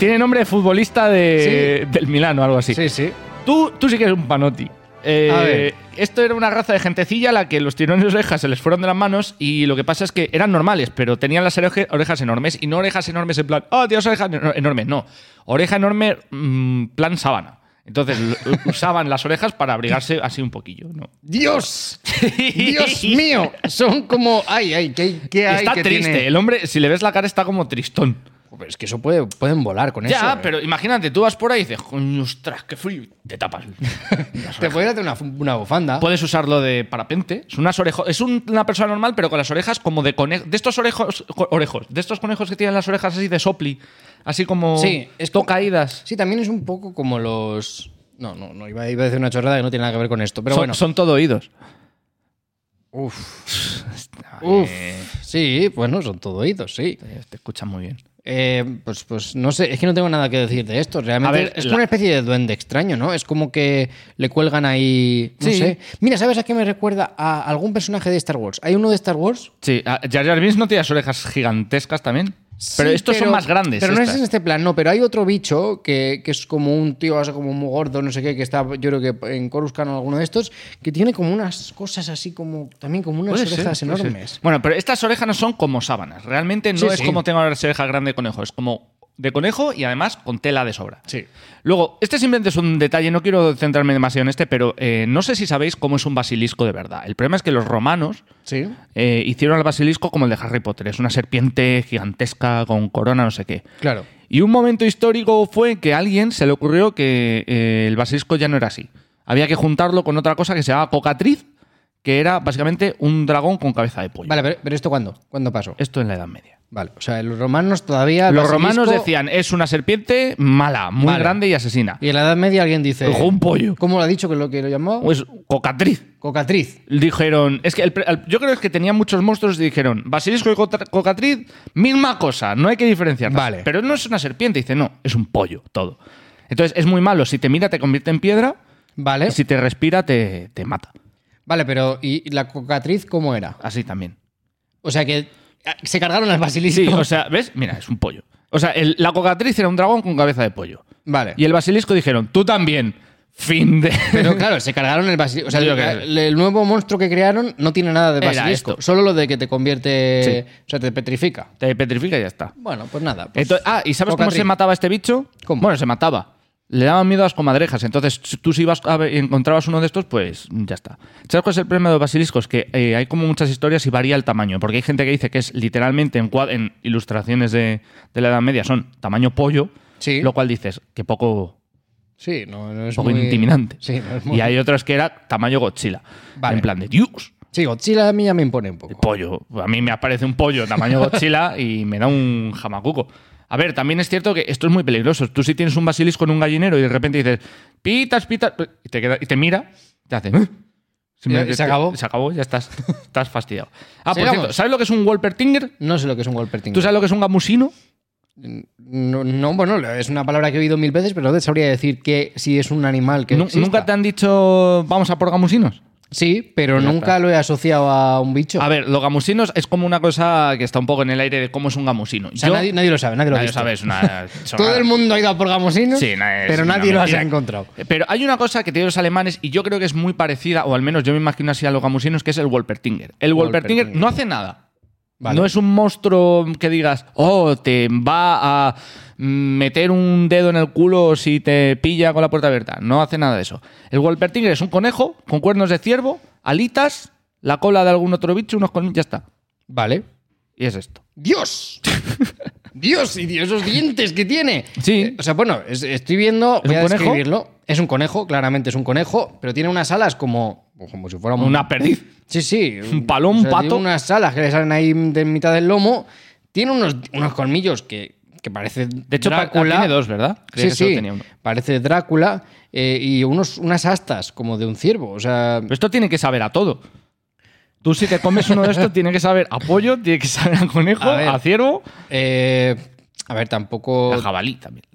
Speaker 3: Tiene nombre de futbolista de, del Milán o algo así.
Speaker 1: Sí, sí.
Speaker 3: Tú, tú sí que eres un Panotti. Eh,
Speaker 1: A ver.
Speaker 3: esto era una raza de gentecilla a la que los tirones de orejas se les fueron de las manos y lo que pasa es que eran normales, pero tenían las oreje- orejas enormes y no orejas enormes en plan, oh, Dios, orejas eno- enormes, no. Oreja enorme, mm, plan sábana. Entonces lo-
Speaker 1: [laughs]
Speaker 3: usaban las orejas para abrigarse así un poquillo, ¿no? [laughs]
Speaker 1: ¡Dios! ¡Dios mío! Son como. ¡Ay, ay! ¿Qué, qué hay
Speaker 3: Está
Speaker 1: que
Speaker 3: triste.
Speaker 1: tiene?
Speaker 3: El hombre, si le ves la cara, está como tristón.
Speaker 1: Pero es que eso puede, pueden volar con eso.
Speaker 3: ya,
Speaker 1: eh.
Speaker 3: pero imagínate, tú vas por ahí y dices, coño, ostras, qué frío. y Te tapas. Las
Speaker 1: Te
Speaker 3: orejas.
Speaker 1: podrías hacer una, fu- una
Speaker 3: [laughs]
Speaker 1: bufanda.
Speaker 3: Puedes usarlo de parapente. Es, unas orejo- es un- una persona normal, pero con las orejas como de conejo. De estos orejos, co- orejos. De estos conejos que tienen las orejas así de sopli. Así como.
Speaker 1: Sí, es
Speaker 3: to
Speaker 1: como-
Speaker 3: caídas.
Speaker 1: Sí, también es un poco como los. No, no, no. Iba, iba a decir una chorrada que no tiene nada que ver con esto. Pero
Speaker 3: son,
Speaker 1: bueno.
Speaker 3: son todo oídos.
Speaker 1: Uf. Uf. Sí, bueno, son todo oídos, sí.
Speaker 3: Te, te escuchan muy bien.
Speaker 1: Eh, pues, pues no sé, es que no tengo nada que decir de esto. Realmente
Speaker 3: A ver,
Speaker 1: es
Speaker 3: la-
Speaker 1: una especie de duende extraño, ¿no? Es como que le cuelgan ahí. No
Speaker 3: Sí.
Speaker 1: sé. Mira, ¿sabes a qué me recuerda? A algún personaje de Star Wars. Hay uno de Star Wars.
Speaker 3: Sí, ah, Jar Jar Binks no tiene las orejas gigantescas también. pero
Speaker 1: Sí,
Speaker 3: estos son más grandes.
Speaker 1: Pero no
Speaker 3: estas.
Speaker 1: es en este plan, no. Pero hay otro bicho que, que es como un tío, o sea, como muy gordo, no sé qué, que está, yo creo que en Coruscant o alguno de estos, que tiene como unas cosas así como. También como unas
Speaker 3: Puede ser,
Speaker 1: orejas
Speaker 3: puede ser.
Speaker 1: enormes.
Speaker 3: Bueno, pero estas orejas no son como sábanas. Realmente no
Speaker 1: Sí,
Speaker 3: es
Speaker 1: sí.
Speaker 3: como tengo las orejas grande de conejo. Es como de conejo y además con tela de sobra.
Speaker 1: Sí.
Speaker 3: Luego, este simplemente es un detalle, no quiero centrarme demasiado en este, pero eh, no sé si sabéis cómo es un basilisco de verdad. El problema es que los romanos
Speaker 1: Sí.
Speaker 3: eh, hicieron al basilisco como el de Harry Potter. Es una serpiente gigantesca con corona, no sé qué.
Speaker 1: Claro.
Speaker 3: Y un momento histórico fue que a alguien se le ocurrió que eh, el basilisco ya no era así. Había que juntarlo con otra cosa que se llamaba cocatriz, que era básicamente un dragón con cabeza de pollo.
Speaker 1: Vale, pero, pero ¿esto cuándo? ¿Cuándo pasó?
Speaker 3: Esto en la Edad Media.
Speaker 1: Vale, o sea, los romanos todavía.
Speaker 3: Los
Speaker 1: basilisco-
Speaker 3: romanos decían, es una serpiente mala, muy
Speaker 1: Vale.
Speaker 3: grande y asesina.
Speaker 1: Y en la Edad Media alguien dice.
Speaker 3: Ojo, un pollo.
Speaker 1: ¿Cómo lo ha dicho que lo que lo llamó?
Speaker 3: Pues cocatriz.
Speaker 1: Cocatriz.
Speaker 3: Dijeron, es que el pre- al- yo creo que tenía muchos monstruos y dijeron, basilisco y cotra- cocatriz, misma cosa, no hay que diferenciarlas.
Speaker 1: Vale.
Speaker 3: Pero no es una serpiente, dice, no, es un pollo, todo. Entonces es muy malo, si te mira te convierte en piedra,
Speaker 1: Vale.
Speaker 3: y si te respira te, te mata.
Speaker 1: Vale, pero ¿y la cocatriz cómo era?
Speaker 3: Así también.
Speaker 1: O sea que ah, se cargaron al basilisco.
Speaker 3: Sí, o sea, ¿ves? Mira, es un pollo. O sea, el- la cocatriz era un dragón con cabeza de pollo.
Speaker 1: [laughs] vale.
Speaker 3: Y el [laughs] basilisco dijeron, tú también. Fin de...
Speaker 1: Pero claro, se cargaron el basilisco. O sea,
Speaker 3: Yo
Speaker 1: el,
Speaker 3: creo que-
Speaker 1: el- el nuevo monstruo que crearon no tiene nada de
Speaker 3: Era
Speaker 1: basilisco.
Speaker 3: esto.
Speaker 1: Solo lo de que te convierte.
Speaker 3: Sí.
Speaker 1: O sea, te petrifica.
Speaker 3: Te petrifica y ya está.
Speaker 1: Bueno, pues nada. pues-
Speaker 3: Entonces- ah, ¿y sabes cómo
Speaker 1: Cocatriz.
Speaker 3: se mataba este bicho?
Speaker 1: ¿Cómo?
Speaker 3: Bueno, se mataba. Le daban miedo a las comadrejas. Entonces, si tú si ibas a ver- encontrabas uno de estos, pues ya está. ¿Sabes cuál es el problema de los basiliscos? Que eh, hay como muchas historias y varía el tamaño. Porque hay gente que dice que es literalmente en, cuad- en ilustraciones de, de la Edad Media son tamaño pollo.
Speaker 1: Sí.
Speaker 3: Lo cual dices, que poco,
Speaker 1: Sí, no, no es
Speaker 3: poco
Speaker 1: muy-
Speaker 3: intimidante.
Speaker 1: Sí, no es muy-
Speaker 3: Y hay otros que era tamaño Godzilla.
Speaker 1: Vale.
Speaker 3: En plan de Dios.
Speaker 1: Sí, Godzilla a mí ya me impone un poco.
Speaker 3: pollo. A mí me aparece un pollo
Speaker 1: [laughs]
Speaker 3: tamaño Godzilla y me da un jamacuco. A ver, también es cierto que esto es muy peligroso. Tú si tienes un basilisco en un gallinero y de repente dices, pitas, pitas, y te, queda, y te mira, te hace... "Eh". Simplemente
Speaker 1: se
Speaker 3: te-
Speaker 1: acabó.
Speaker 3: Se acabó, ya estás, [laughs] estás fastidiado. Ah, por
Speaker 1: Sigamos.
Speaker 3: cierto, ¿sabes lo que es un Wolpertinger?
Speaker 1: No sé lo que es un Wolpertinger.
Speaker 3: ¿Tú sabes lo que es un gamusino?
Speaker 1: No, no, bueno, es una palabra que he oído mil veces, pero no te sabría decir que si es un animal que
Speaker 3: Nu-
Speaker 1: exista.
Speaker 3: ¿Nunca te han dicho vamos a por gamusinos?
Speaker 1: Sí, pero
Speaker 3: Ya
Speaker 1: nunca
Speaker 3: está.
Speaker 1: lo he asociado a un bicho.
Speaker 3: A ver, los gamusinos es como una cosa que está un poco en el aire de cómo es un gamusino.
Speaker 1: o sea,
Speaker 3: Yo-
Speaker 1: nadie, nadie lo sabe, nadie lo ha
Speaker 3: nadie
Speaker 1: visto.
Speaker 3: sabe, es
Speaker 1: [laughs]
Speaker 3: una
Speaker 1: Todo
Speaker 3: chorrada.
Speaker 1: el mundo ha ido a por gamosinos,
Speaker 3: Sí, na- es
Speaker 1: pero
Speaker 3: una
Speaker 1: nadie lo ha
Speaker 3: mentira.
Speaker 1: encontrado.
Speaker 3: Pero hay una cosa que tienen los alemanes y yo creo que es muy parecida, o al menos yo me imagino así a los gamusinos, que es el Wolpertinger. El Wolpertinger
Speaker 1: Wolpertinger.
Speaker 3: no hace nada.
Speaker 1: Vale.
Speaker 3: No es un monstruo que digas, oh, te va a meter un dedo en el culo si te pilla con la puerta abierta. No hace nada de eso. El Wolpertinger es un conejo con cuernos de ciervo, alitas, la cola de algún otro bicho, unos con... Ya está.
Speaker 1: Vale.
Speaker 3: Y es esto. [laughs]
Speaker 1: ¡Dios! ¡Dios! Y Dios, esos dientes que tiene.
Speaker 3: Sí.
Speaker 1: Eh, o sea, bueno, es- estoy viendo.
Speaker 3: ¿Es
Speaker 1: voy
Speaker 3: un
Speaker 1: a
Speaker 3: conejo?
Speaker 1: describirlo. Es un conejo, claramente es un conejo, pero tiene unas alas como. como si fuera un-
Speaker 3: Una perdiz.
Speaker 1: Sí, sí.
Speaker 3: Un palón, un pato.
Speaker 1: Tiene unas alas que le salen ahí de mitad del lomo. Tiene unos, unos colmillos que, que parece
Speaker 3: De hecho, pa-
Speaker 1: Drácula.
Speaker 3: tiene dos, ¿verdad? Creía
Speaker 1: Sí,
Speaker 3: que solo
Speaker 1: sí.
Speaker 3: tenía uno.
Speaker 1: Parece Drácula eh, y unos, unas astas como de un ciervo. O sea,
Speaker 3: Pero esto tiene que saber a todo. Tú si te comes uno de estos, tiene que saber a pollo, tiene que saber a conejo,
Speaker 1: A ver.
Speaker 3: a, ciervo,
Speaker 1: eh, a ver, tampoco.
Speaker 3: a jabalí también.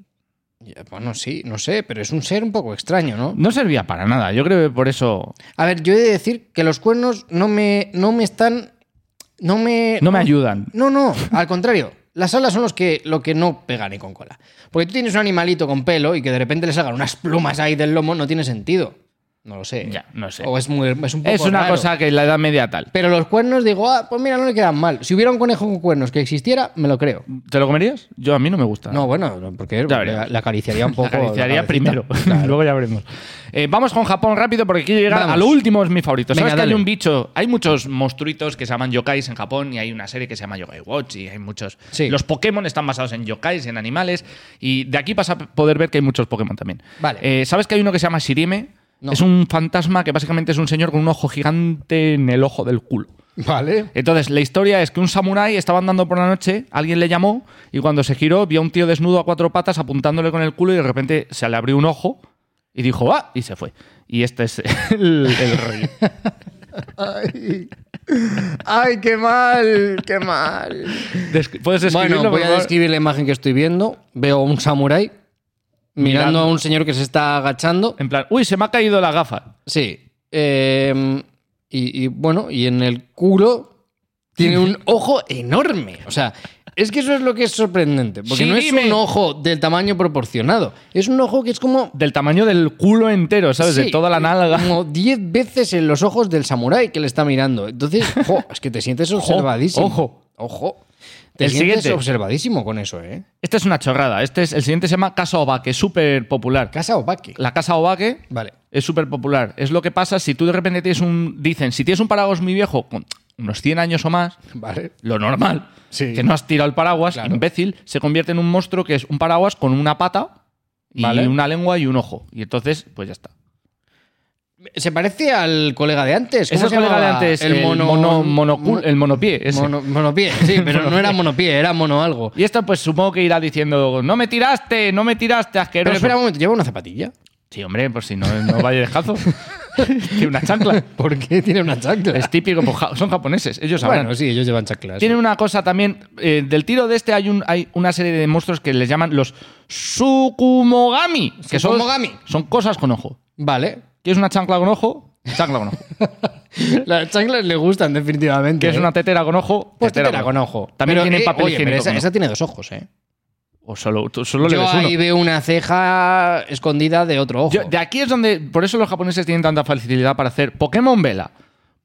Speaker 1: Ya, Bueno, sí, no sé, pero es un ser un poco extraño, ¿no?
Speaker 3: No servía para nada. Yo creo que por eso
Speaker 1: A ver, yo he de decir que los cuernos no me, no me están. No me.
Speaker 3: no me ayudan.
Speaker 1: No, no, al contrario. Las alas son los que, lo que no pega ni con cola. Porque tú tienes un animalito con pelo y que de repente le salgan unas plumas ahí del lomo, no tiene sentido. No lo sé.
Speaker 3: Ya, no sé.
Speaker 1: O es, muy, es un poco
Speaker 3: Es una
Speaker 1: raro.
Speaker 3: cosa que en la edad media tal.
Speaker 1: Pero los cuernos, digo, ah, pues mira, no le quedan mal. Si hubiera un conejo con cuernos que existiera, me lo creo.
Speaker 3: ¿Te lo comerías? Yo a mí no me gusta.
Speaker 1: No, bueno, porque
Speaker 3: Ya
Speaker 1: le,
Speaker 3: verás.
Speaker 1: le acariciaría un
Speaker 3: La
Speaker 1: poco. la
Speaker 3: acariciaría
Speaker 1: cabecita.
Speaker 3: primero. [laughs] Luego ya veremos. Eh, vamos con Japón rápido porque quiero llegar
Speaker 1: Vamos.
Speaker 3: a lo último, es mi favorito.
Speaker 1: Venga,
Speaker 3: ¿Sabes que
Speaker 1: dale.
Speaker 3: hay un bicho? Hay muchos monstruitos que se llaman yokais en Japón y hay una serie que se llama Yokai Watch y hay muchos.
Speaker 1: Sí.
Speaker 3: Los Pokémon están basados en yokais, en animales. Y de aquí vas a poder ver que hay muchos Pokémon también.
Speaker 1: Vale.
Speaker 3: Eh, ¿Sabes que hay uno que se llama Shirime?
Speaker 1: No.
Speaker 3: Es un fantasma que básicamente es un señor con un ojo gigante en el ojo del culo.
Speaker 1: [laughs] Vale.
Speaker 3: Entonces, la historia es que un samurái estaba andando por la noche, alguien le llamó y cuando se giró vio a un tío desnudo a cuatro patas apuntándole con el culo y de repente se [laughs] le abrió un ojo y dijo ¡ah! y se fue. Y este es el, el rollo.
Speaker 4: Ay, ay, qué mal, qué mal.
Speaker 3: Desc- ¿Puedes describirlo?
Speaker 1: Bueno, voy
Speaker 3: por
Speaker 1: a
Speaker 3: favor?
Speaker 1: describir la imagen que estoy viendo. Veo a un samurái mirando
Speaker 3: Mirando.
Speaker 1: a un señor que se está agachando.
Speaker 3: En plan, uy, se me ha caído la gafa.
Speaker 1: Sí. eh, y, y, bueno, y en el culo tiene un ojo enorme. O sea, es que eso es lo que es sorprendente. Porque
Speaker 3: Sí,
Speaker 1: no
Speaker 3: dime.
Speaker 1: es un ojo del tamaño proporcionado. Es un ojo que es como.
Speaker 3: Del tamaño del culo entero, ¿sabes? de
Speaker 1: Sí,
Speaker 3: toda la nalga.
Speaker 1: Como [laughs] 10 veces en los ojos del samurái que le está
Speaker 3: [laughs]
Speaker 1: mirando. Entonces, jo, es que te sientes observadísimo.
Speaker 3: ojo.
Speaker 1: Ojo. Te
Speaker 3: El
Speaker 1: sientes
Speaker 3: siguiente.
Speaker 1: observadísimo con eso, ¿eh?
Speaker 3: Esta es una chorrada. Este es, el siguiente se llama Casa Obaque, súper popular.
Speaker 1: Casa o baque.
Speaker 3: La Casa Obaque
Speaker 1: Vale.
Speaker 3: es súper popular. Es lo que pasa si tú de repente tienes un... Dicen, si tienes un paraguas muy viejo, con unos 100 años o más,
Speaker 1: [laughs] Vale.
Speaker 3: lo normal,
Speaker 1: Sí.
Speaker 3: que no has tirado el paraguas,
Speaker 1: Claro.
Speaker 3: imbécil, se convierte en un monstruo que es un paraguas con una pata y
Speaker 1: Vale.
Speaker 3: una lengua y un ojo. Y entonces, pues ya está.
Speaker 1: Se parece al colega de
Speaker 3: Es
Speaker 1: antes. ¿Cómo
Speaker 3: el
Speaker 1: se
Speaker 3: colega de
Speaker 1: llamaba?
Speaker 3: antes, el,
Speaker 1: mono-
Speaker 3: mono, monocul-
Speaker 1: mon-
Speaker 3: el monopié. ese.
Speaker 1: mono- monopié, sí, pero no era monopié, era
Speaker 3: [laughs]
Speaker 1: mono algo.
Speaker 3: Y esto, pues supongo que irá diciendo: No me tiraste, no me tiraste, asqueroso.
Speaker 1: Pero espera un momento, ¿lleva una zapatilla?
Speaker 3: Sí, hombre, pues si no, no vaya descalzo. [laughs] Tiene una
Speaker 1: [laughs]
Speaker 3: chancla.
Speaker 1: ¿Por qué tiene una chancla?
Speaker 3: Es típico, pues, ja- son japoneses, ellos sabrán.
Speaker 1: bueno, sí, ellos llevan chanclas.
Speaker 3: Tienen una cosa también. eh, del tiro de este hay, un, hay una serie de monstruos que les llaman los Sukumogami. Que son,
Speaker 1: Sukumogami.
Speaker 3: son cosas con ojo. [laughs]
Speaker 1: Vale.
Speaker 3: ¿Quieres una chancla con ojo? Chancla
Speaker 1: [laughs]
Speaker 3: con ojo.
Speaker 1: Las chanclas le gustan definitivamente.
Speaker 3: ¿Quieres
Speaker 1: ¿eh?
Speaker 3: una tetera con ojo?
Speaker 1: pues tetera con ojo.
Speaker 3: También
Speaker 1: Pero,
Speaker 3: tienen
Speaker 1: eh,
Speaker 3: papel
Speaker 1: oye, pero
Speaker 3: higiénico
Speaker 1: esa,
Speaker 3: con
Speaker 1: esa
Speaker 3: ojo.
Speaker 1: tiene dos ojos, ¿eh?
Speaker 3: O solo, tú solo le
Speaker 1: Yo
Speaker 3: ves
Speaker 1: ahí
Speaker 3: uno.
Speaker 1: veo una ceja escondida de otro ojo.
Speaker 3: Yo- de aquí es donde. Por eso los japoneses tienen tanta facilidad para hacer Pokémon vela,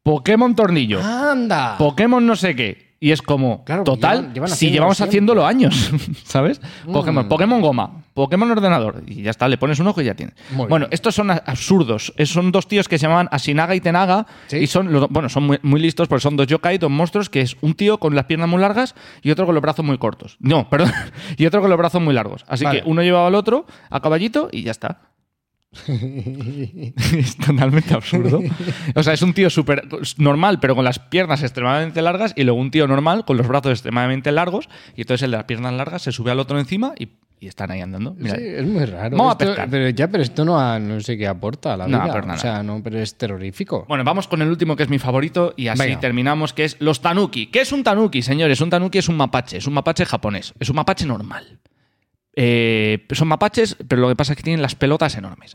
Speaker 3: Pokémon tornillo,
Speaker 1: Ah, ¡Anda!
Speaker 3: Pokémon no sé qué. Y es como,
Speaker 1: Claro,
Speaker 3: total,
Speaker 1: llevan- llevan
Speaker 3: si
Speaker 1: haciéndolo
Speaker 3: llevamos
Speaker 1: siempre. Mm.
Speaker 3: haciéndolo años, [laughs] ¿sabes? Pokémon, Pokémon goma, Pokémon ordenador, y ya está, le pones un ojo y ya tienes.
Speaker 1: Muy
Speaker 3: bueno,
Speaker 1: bien.
Speaker 3: estos son a- absurdos. Es- Son dos tíos que se llamaban Asinaga y Tenaga,
Speaker 1: Sí.
Speaker 3: y son, los do- bueno, son muy, muy listos porque son dos yokai, dos monstruos, que es un tío con las piernas muy largas y otro con los brazos muy cortos. No, [laughs] perdón, y otro con los brazos muy largos. Así
Speaker 1: Vale.
Speaker 3: que uno llevaba al otro a caballito y ya está. [laughs] es totalmente
Speaker 1: [laughs]
Speaker 3: absurdo. O sea, es un tío súper normal, pero con las piernas extremadamente largas, y luego un tío normal con los brazos extremadamente largos, y entonces el de las piernas largas se sube al otro encima y, y están ahí andando. Mira.
Speaker 1: Sí, es muy raro.
Speaker 3: Vamos a
Speaker 1: Esto-
Speaker 3: pescar.
Speaker 1: pero ya, pero esto no, ha- no sé qué aporta a la
Speaker 3: No,
Speaker 1: vida.
Speaker 3: pero nada.
Speaker 1: O sea, no, pero es terrorífico.
Speaker 3: Bueno, vamos con el último que es mi favorito y así
Speaker 1: Venga.
Speaker 3: terminamos, que es los tanuki. ¿Qué es un tanuki, señores? Un tanuki es un mapache, es un mapache japonés, es un mapache normal. Eh, son mapaches, pero lo que pasa es que tienen las pelotas
Speaker 1: [laughs]
Speaker 3: enormes.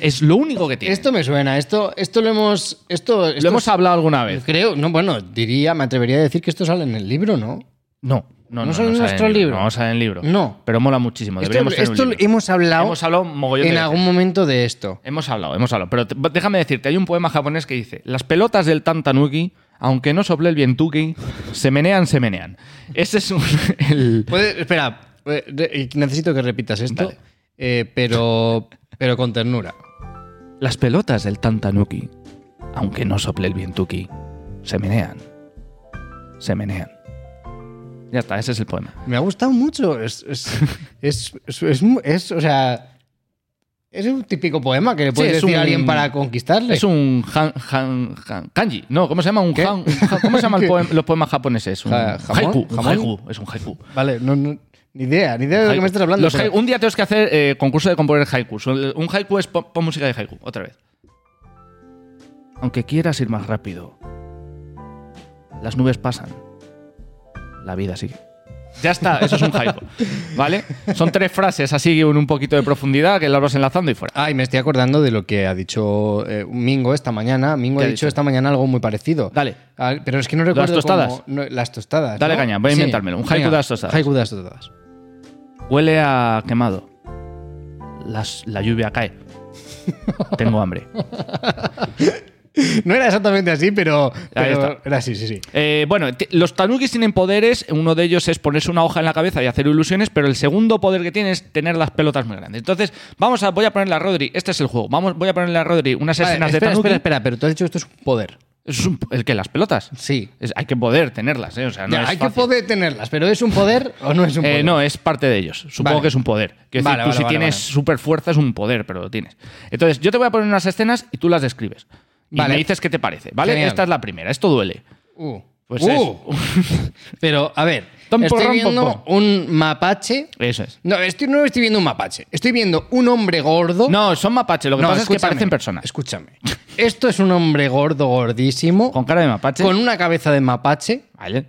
Speaker 3: es lo único que tienen.
Speaker 1: Esto me suena, esto, esto lo hemos. Esto, esto
Speaker 3: lo hemos
Speaker 1: es-
Speaker 3: hablado alguna vez.
Speaker 1: Creo, no, bueno, diría, me atrevería a decir que esto sale en el libro, ¿no?
Speaker 3: No, no, no,
Speaker 1: No sale en nuestro
Speaker 3: el
Speaker 1: libro.
Speaker 3: No sale en el libro.
Speaker 1: No.
Speaker 3: Pero mola muchísimo.
Speaker 1: Esto,
Speaker 3: Deberíamos tener un
Speaker 1: esto
Speaker 3: libro.
Speaker 1: hemos hablado,
Speaker 3: Hemos hablado mogollón de
Speaker 1: en
Speaker 3: veces.
Speaker 1: algún momento de esto.
Speaker 3: Hemos hablado, hemos hablado. Pero te- déjame decirte, hay un poema japonés que dice: Las pelotas del Tantanuki, aunque no sople el vientuki, se menean, se menean. Ese es un- [laughs] el.
Speaker 1: Puede- espera, eh, re- necesito que repitas esto,
Speaker 3: Vale.
Speaker 1: eh, pero, pero con ternura.
Speaker 3: Las pelotas del Tantanuki, aunque no sople el vientuki, se menean. Se menean. Ya está, ese es el poema.
Speaker 1: Me ha gustado mucho. Es,
Speaker 3: [laughs]
Speaker 1: es, es, es- es mu- es, o sea. Es un típico poema que le puedes
Speaker 3: Sí, es
Speaker 1: decir
Speaker 3: un-
Speaker 1: a alguien para conquistarle.
Speaker 3: Es un han- han- han- kanji. No, ¿cómo se llama? Un han- un han- ¿Cómo se
Speaker 1: [laughs]
Speaker 3: llaman los poemas japoneses? Un
Speaker 1: Ja- jamón,
Speaker 3: haiku. un
Speaker 1: jamón.
Speaker 3: haiku. Es un haiku.
Speaker 1: Vale, no, no- ni idea, ni idea de lo que
Speaker 3: Haiku.
Speaker 1: me estás hablando.
Speaker 3: Los
Speaker 1: pero-
Speaker 3: haiku- un día tenemos que hacer eh, concurso de componer haikus. Un un haiku es pon, pon música de haiku, otra vez. Aunque quieras ir más rápido, las nubes pasan, la vida sigue. Ya está, eso es un haiku. ¿Vale? Son tres frases así con un poquito de profundidad que las vas enlazando y fuera.
Speaker 1: Ay, me estoy acordando de lo que ha dicho eh, Mingo esta mañana. Mingo
Speaker 3: ¿Qué
Speaker 1: ha
Speaker 3: ha
Speaker 1: dicho,
Speaker 3: dicho?
Speaker 1: esta mañana algo muy parecido.
Speaker 3: Dale.
Speaker 1: Ah, pero es que no recuerdo. cómo-
Speaker 3: tostadas?
Speaker 1: no, las tostadas.
Speaker 3: Dale
Speaker 1: ¿no?
Speaker 3: caña, voy a
Speaker 1: Sí.
Speaker 3: inventármelo. Un haiku
Speaker 1: Venga,
Speaker 3: de las tostadas.
Speaker 1: Haiku de las tostadas. [laughs]
Speaker 3: Huele a quemado. Las- la lluvia
Speaker 1: [laughs]
Speaker 3: cae. Tengo hambre.
Speaker 1: No era exactamente así, pero, pero
Speaker 3: está.
Speaker 1: era así, sí, sí.
Speaker 3: Eh, bueno, ti- los tanukis tienen poderes. Uno de ellos es ponerse una hoja en la cabeza y hacer ilusiones, pero el segundo poder que tiene es tener las pelotas muy grandes. Entonces, vamos a, voy a ponerle a Rodri. Este es el juego. Vamos, voy a ponerle a Rodri unas
Speaker 1: Vale,
Speaker 3: escenas
Speaker 1: espera,
Speaker 3: de tanuki.
Speaker 1: espera, espera, pero tú has dicho esto es un poder.
Speaker 3: Es un- ¿El qué? ¿Las pelotas?
Speaker 1: Sí.
Speaker 3: Es- hay que poder tenerlas, ¿eh? O sea, no
Speaker 1: Ya,
Speaker 3: es
Speaker 1: hay
Speaker 3: fácil.
Speaker 1: que poder tenerlas, pero ¿es un poder o no es un
Speaker 3: Eh,
Speaker 1: poder?
Speaker 3: no, es parte de ellos. Supongo
Speaker 1: Vale.
Speaker 3: que es un poder. Quiero decir,
Speaker 1: Vale,
Speaker 3: tú
Speaker 1: vale,
Speaker 3: si
Speaker 1: vale,
Speaker 3: tienes
Speaker 1: vale.
Speaker 3: super fuerza es un poder, pero lo tienes. Entonces, yo te voy a poner unas escenas y tú las describes. Y
Speaker 1: Vale.
Speaker 3: me dices qué te parece, ¿vale?
Speaker 1: Genial.
Speaker 3: Esta es la primera. Esto duele.
Speaker 1: Uh,
Speaker 3: Pues
Speaker 1: ¡Uh! [laughs] Pero, a ver,
Speaker 3: Tom
Speaker 1: estoy
Speaker 3: porrón,
Speaker 1: viendo
Speaker 3: pom,
Speaker 1: un mapache.
Speaker 3: eso. Eso es.
Speaker 1: No, estoy, no estoy viendo un mapache. Estoy viendo un hombre gordo.
Speaker 3: No, son mapaches. Lo que
Speaker 1: No,
Speaker 3: pasa es que
Speaker 1: escúchame,
Speaker 3: parecen personas.
Speaker 1: Escúchame. [laughs] Esto es un hombre gordo, gordísimo,
Speaker 3: Con cara de mapache.
Speaker 1: con una cabeza de mapache,
Speaker 3: Vale.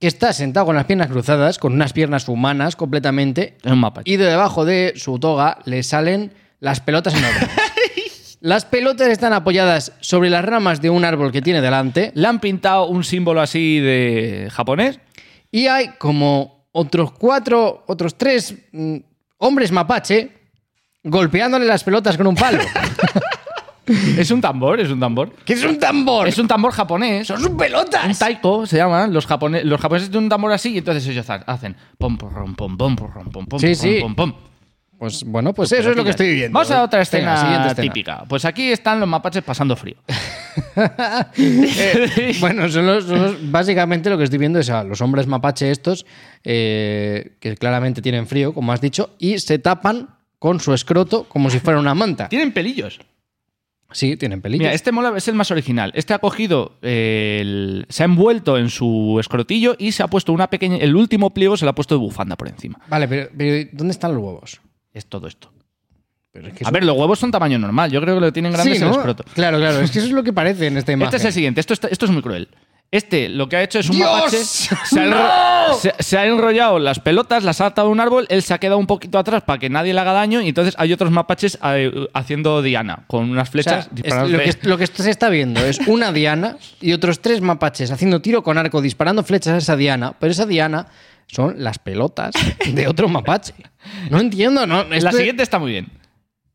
Speaker 1: que está sentado con las piernas cruzadas, con unas piernas humanas completamente,
Speaker 3: Es un mapache.
Speaker 1: y de debajo de su toga le salen las pelotas enormes. [laughs] las pelotas están apoyadas sobre las ramas de un árbol que tiene delante
Speaker 3: Le han pintado un símbolo así de japonés.
Speaker 1: y hay como otros cuatro, otros tres mm, hombres mapache golpeándole las pelotas con un palo.
Speaker 3: Es un tambor, es un tambor.
Speaker 1: ¡Que es un tambor!
Speaker 3: Es un tambor japonés.
Speaker 1: ¡Son sus pelotas!
Speaker 3: Un taiko se llama. Los, japone- los japoneses tienen un tambor así y entonces ellos ha- hacen pom porrón, pom pom porrón, pom pom
Speaker 1: Sí,
Speaker 3: porrón,
Speaker 1: sí.
Speaker 3: pom pom.
Speaker 1: [laughs] Pues bueno, pues eso es lo que estoy viviendo.
Speaker 3: Vamos a otra escena,
Speaker 1: Venga, siguiente escena.
Speaker 3: típica. Pues aquí están los mapaches pasando frío.
Speaker 1: Bueno, son los- son los- básicamente lo que estoy viendo es a los hombres mapache estos, eh, que claramente tienen frío, como has dicho, y se tapan con su escroto como si fuera una
Speaker 3: [laughs]
Speaker 1: manta.
Speaker 3: Tienen pelillos.
Speaker 1: Sí, tienen pelillos.
Speaker 3: Mira, este mola es el más original. Este ha cogido, eh, el- se ha envuelto en su escrotillo y se ha puesto una pequeña, el último pliego se lo ha puesto de bufanda por encima.
Speaker 1: Vale, pero, pero ¿dónde están los huevos?
Speaker 3: Es todo esto.
Speaker 1: Pero es que
Speaker 3: A
Speaker 1: es-
Speaker 3: ver, los huevos son tamaño normal. Yo creo que lo tienen grandes
Speaker 1: Sí,
Speaker 3: el
Speaker 1: ¿no?
Speaker 3: escroto.
Speaker 1: Claro, claro, es que eso es lo que parece en esta imagen.
Speaker 3: Este es el siguiente. Esto, está- esto es muy cruel. Este lo que ha hecho es un
Speaker 1: ¡Dios!
Speaker 3: mapache.
Speaker 1: [laughs]
Speaker 3: Se ha, enro- se- se ha enrollado las pelotas, las ha atado a un árbol. Él se ha quedado un poquito atrás para que nadie le haga daño. Y entonces hay otros mapaches eh, haciendo Diana con unas
Speaker 1: O sea,
Speaker 3: flechas.
Speaker 1: es-
Speaker 3: disparando- Este,
Speaker 1: lo, que, lo que se está viendo es una diana y otros tres mapaches haciendo tiro con arco, disparando flechas a esa diana, pero esa diana son las pelotas de otro mapache. No entiendo, no.
Speaker 3: La
Speaker 1: esto-
Speaker 3: siguiente está muy bien.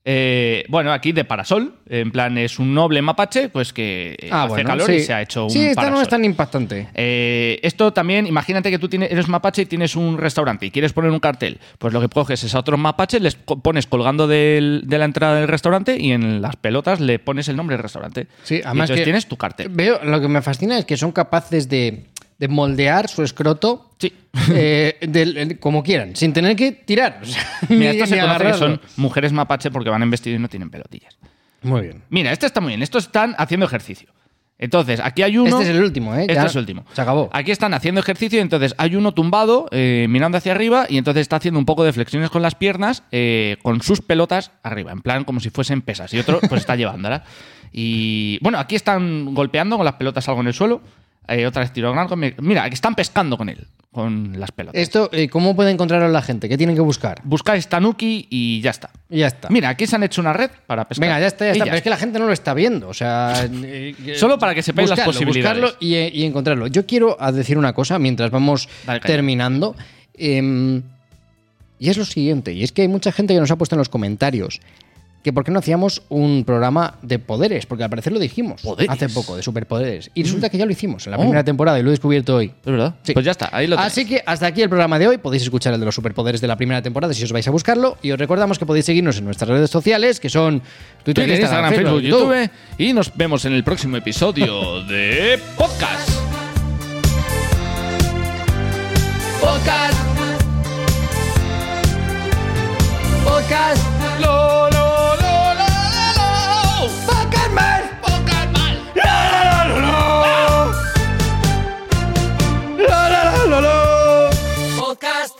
Speaker 3: Eh, bueno, aquí de parasol. En plan, es un noble mapache pues que eh,
Speaker 1: Ah,
Speaker 3: hace
Speaker 1: bueno,
Speaker 3: calor
Speaker 1: sí.
Speaker 3: y se ha hecho un
Speaker 1: Sí, esta no
Speaker 3: parasol.
Speaker 1: es tan impactante.
Speaker 3: Eh, esto también, imagínate que tú tienes, eres mapache y tienes un restaurante y quieres poner un cartel. Pues lo que coges es a otros mapaches, les co- pones colgando del- de la entrada del restaurante y en las pelotas le pones el nombre del restaurante. Y
Speaker 1: Sí, además
Speaker 3: entonces
Speaker 1: que-
Speaker 3: tienes tu cartel.
Speaker 1: Veo, lo que me fascina es que son capaces de, de moldear su escroto
Speaker 3: Sí.
Speaker 1: eh, del- del- como quieran, sin tener que tirar. [laughs] o sea,
Speaker 3: Mira,
Speaker 1: ni-
Speaker 3: esto se
Speaker 1: ni
Speaker 3: conoce que
Speaker 1: agarrarlo.
Speaker 3: son mujeres mapache porque van en vestido y no tienen pelotillas.
Speaker 1: Muy bien.
Speaker 3: Mira, este está muy bien. Estos están haciendo ejercicio. Entonces, aquí hay uno.
Speaker 1: Este es el último, ¿eh?
Speaker 3: Este
Speaker 1: Ya
Speaker 3: es el último.
Speaker 1: Se acabó.
Speaker 3: Aquí están haciendo ejercicio, entonces hay uno tumbado, eh, mirando hacia arriba, y entonces está haciendo un poco de flexiones con las piernas, eh, con sus pelotas arriba, en plan como si fuesen pesas, y otro pues
Speaker 1: [laughs]
Speaker 3: está llevándolas. Y bueno, aquí están golpeando con las pelotas algo en el suelo, eh, otra vez tiro con arco. Mira, aquí están pescando con él, con las pelotas.
Speaker 1: Esto, eh, ¿cómo puede encontrarlo la gente? ¿Qué tienen que buscar?
Speaker 3: Buscáis Tanuki y ya está.
Speaker 1: Y ya está.
Speaker 3: Mira, aquí se han hecho una red para pescar.
Speaker 1: Venga, ya está, ya
Speaker 3: Y
Speaker 1: está. Pero es que la gente no lo está viendo. O sea.
Speaker 3: [laughs]
Speaker 1: eh, eh,
Speaker 3: Solo para que sepáis las
Speaker 1: buscarlo,
Speaker 3: posibilidades.
Speaker 1: Buscarlo y, eh, y encontrarlo. Yo quiero ah, decir una cosa mientras vamos
Speaker 3: Dale, calla.
Speaker 1: terminando. em, y es lo siguiente: y es que hay mucha gente que nos ha puesto en los comentarios que por qué no hacíamos un programa de poderes, porque al parecer lo dijimos
Speaker 3: Poderes. Mm. Oh.
Speaker 1: hace poco, de superpoderes. Y resulta que ya lo hicimos en la primera temporada y lo he descubierto hoy.
Speaker 3: Es verdad.
Speaker 1: Sí.
Speaker 3: Pues ya está, ahí lo tenéis.
Speaker 1: Así que hasta aquí el programa de hoy. Podéis escuchar el de los superpoderes de la primera temporada si os vais a buscarlo. Y os recordamos que podéis seguirnos en nuestras redes sociales, que son Twitter,
Speaker 3: Twitter, Instagram, Facebook,
Speaker 1: YouTube.
Speaker 3: YouTube. Y nos vemos en el próximo episodio de Podcast.
Speaker 2: Podcast. Podcast.
Speaker 3: Lo, lo, lo, lo, lo, lo.
Speaker 2: Podcast mal. Podcast mal. Podcast.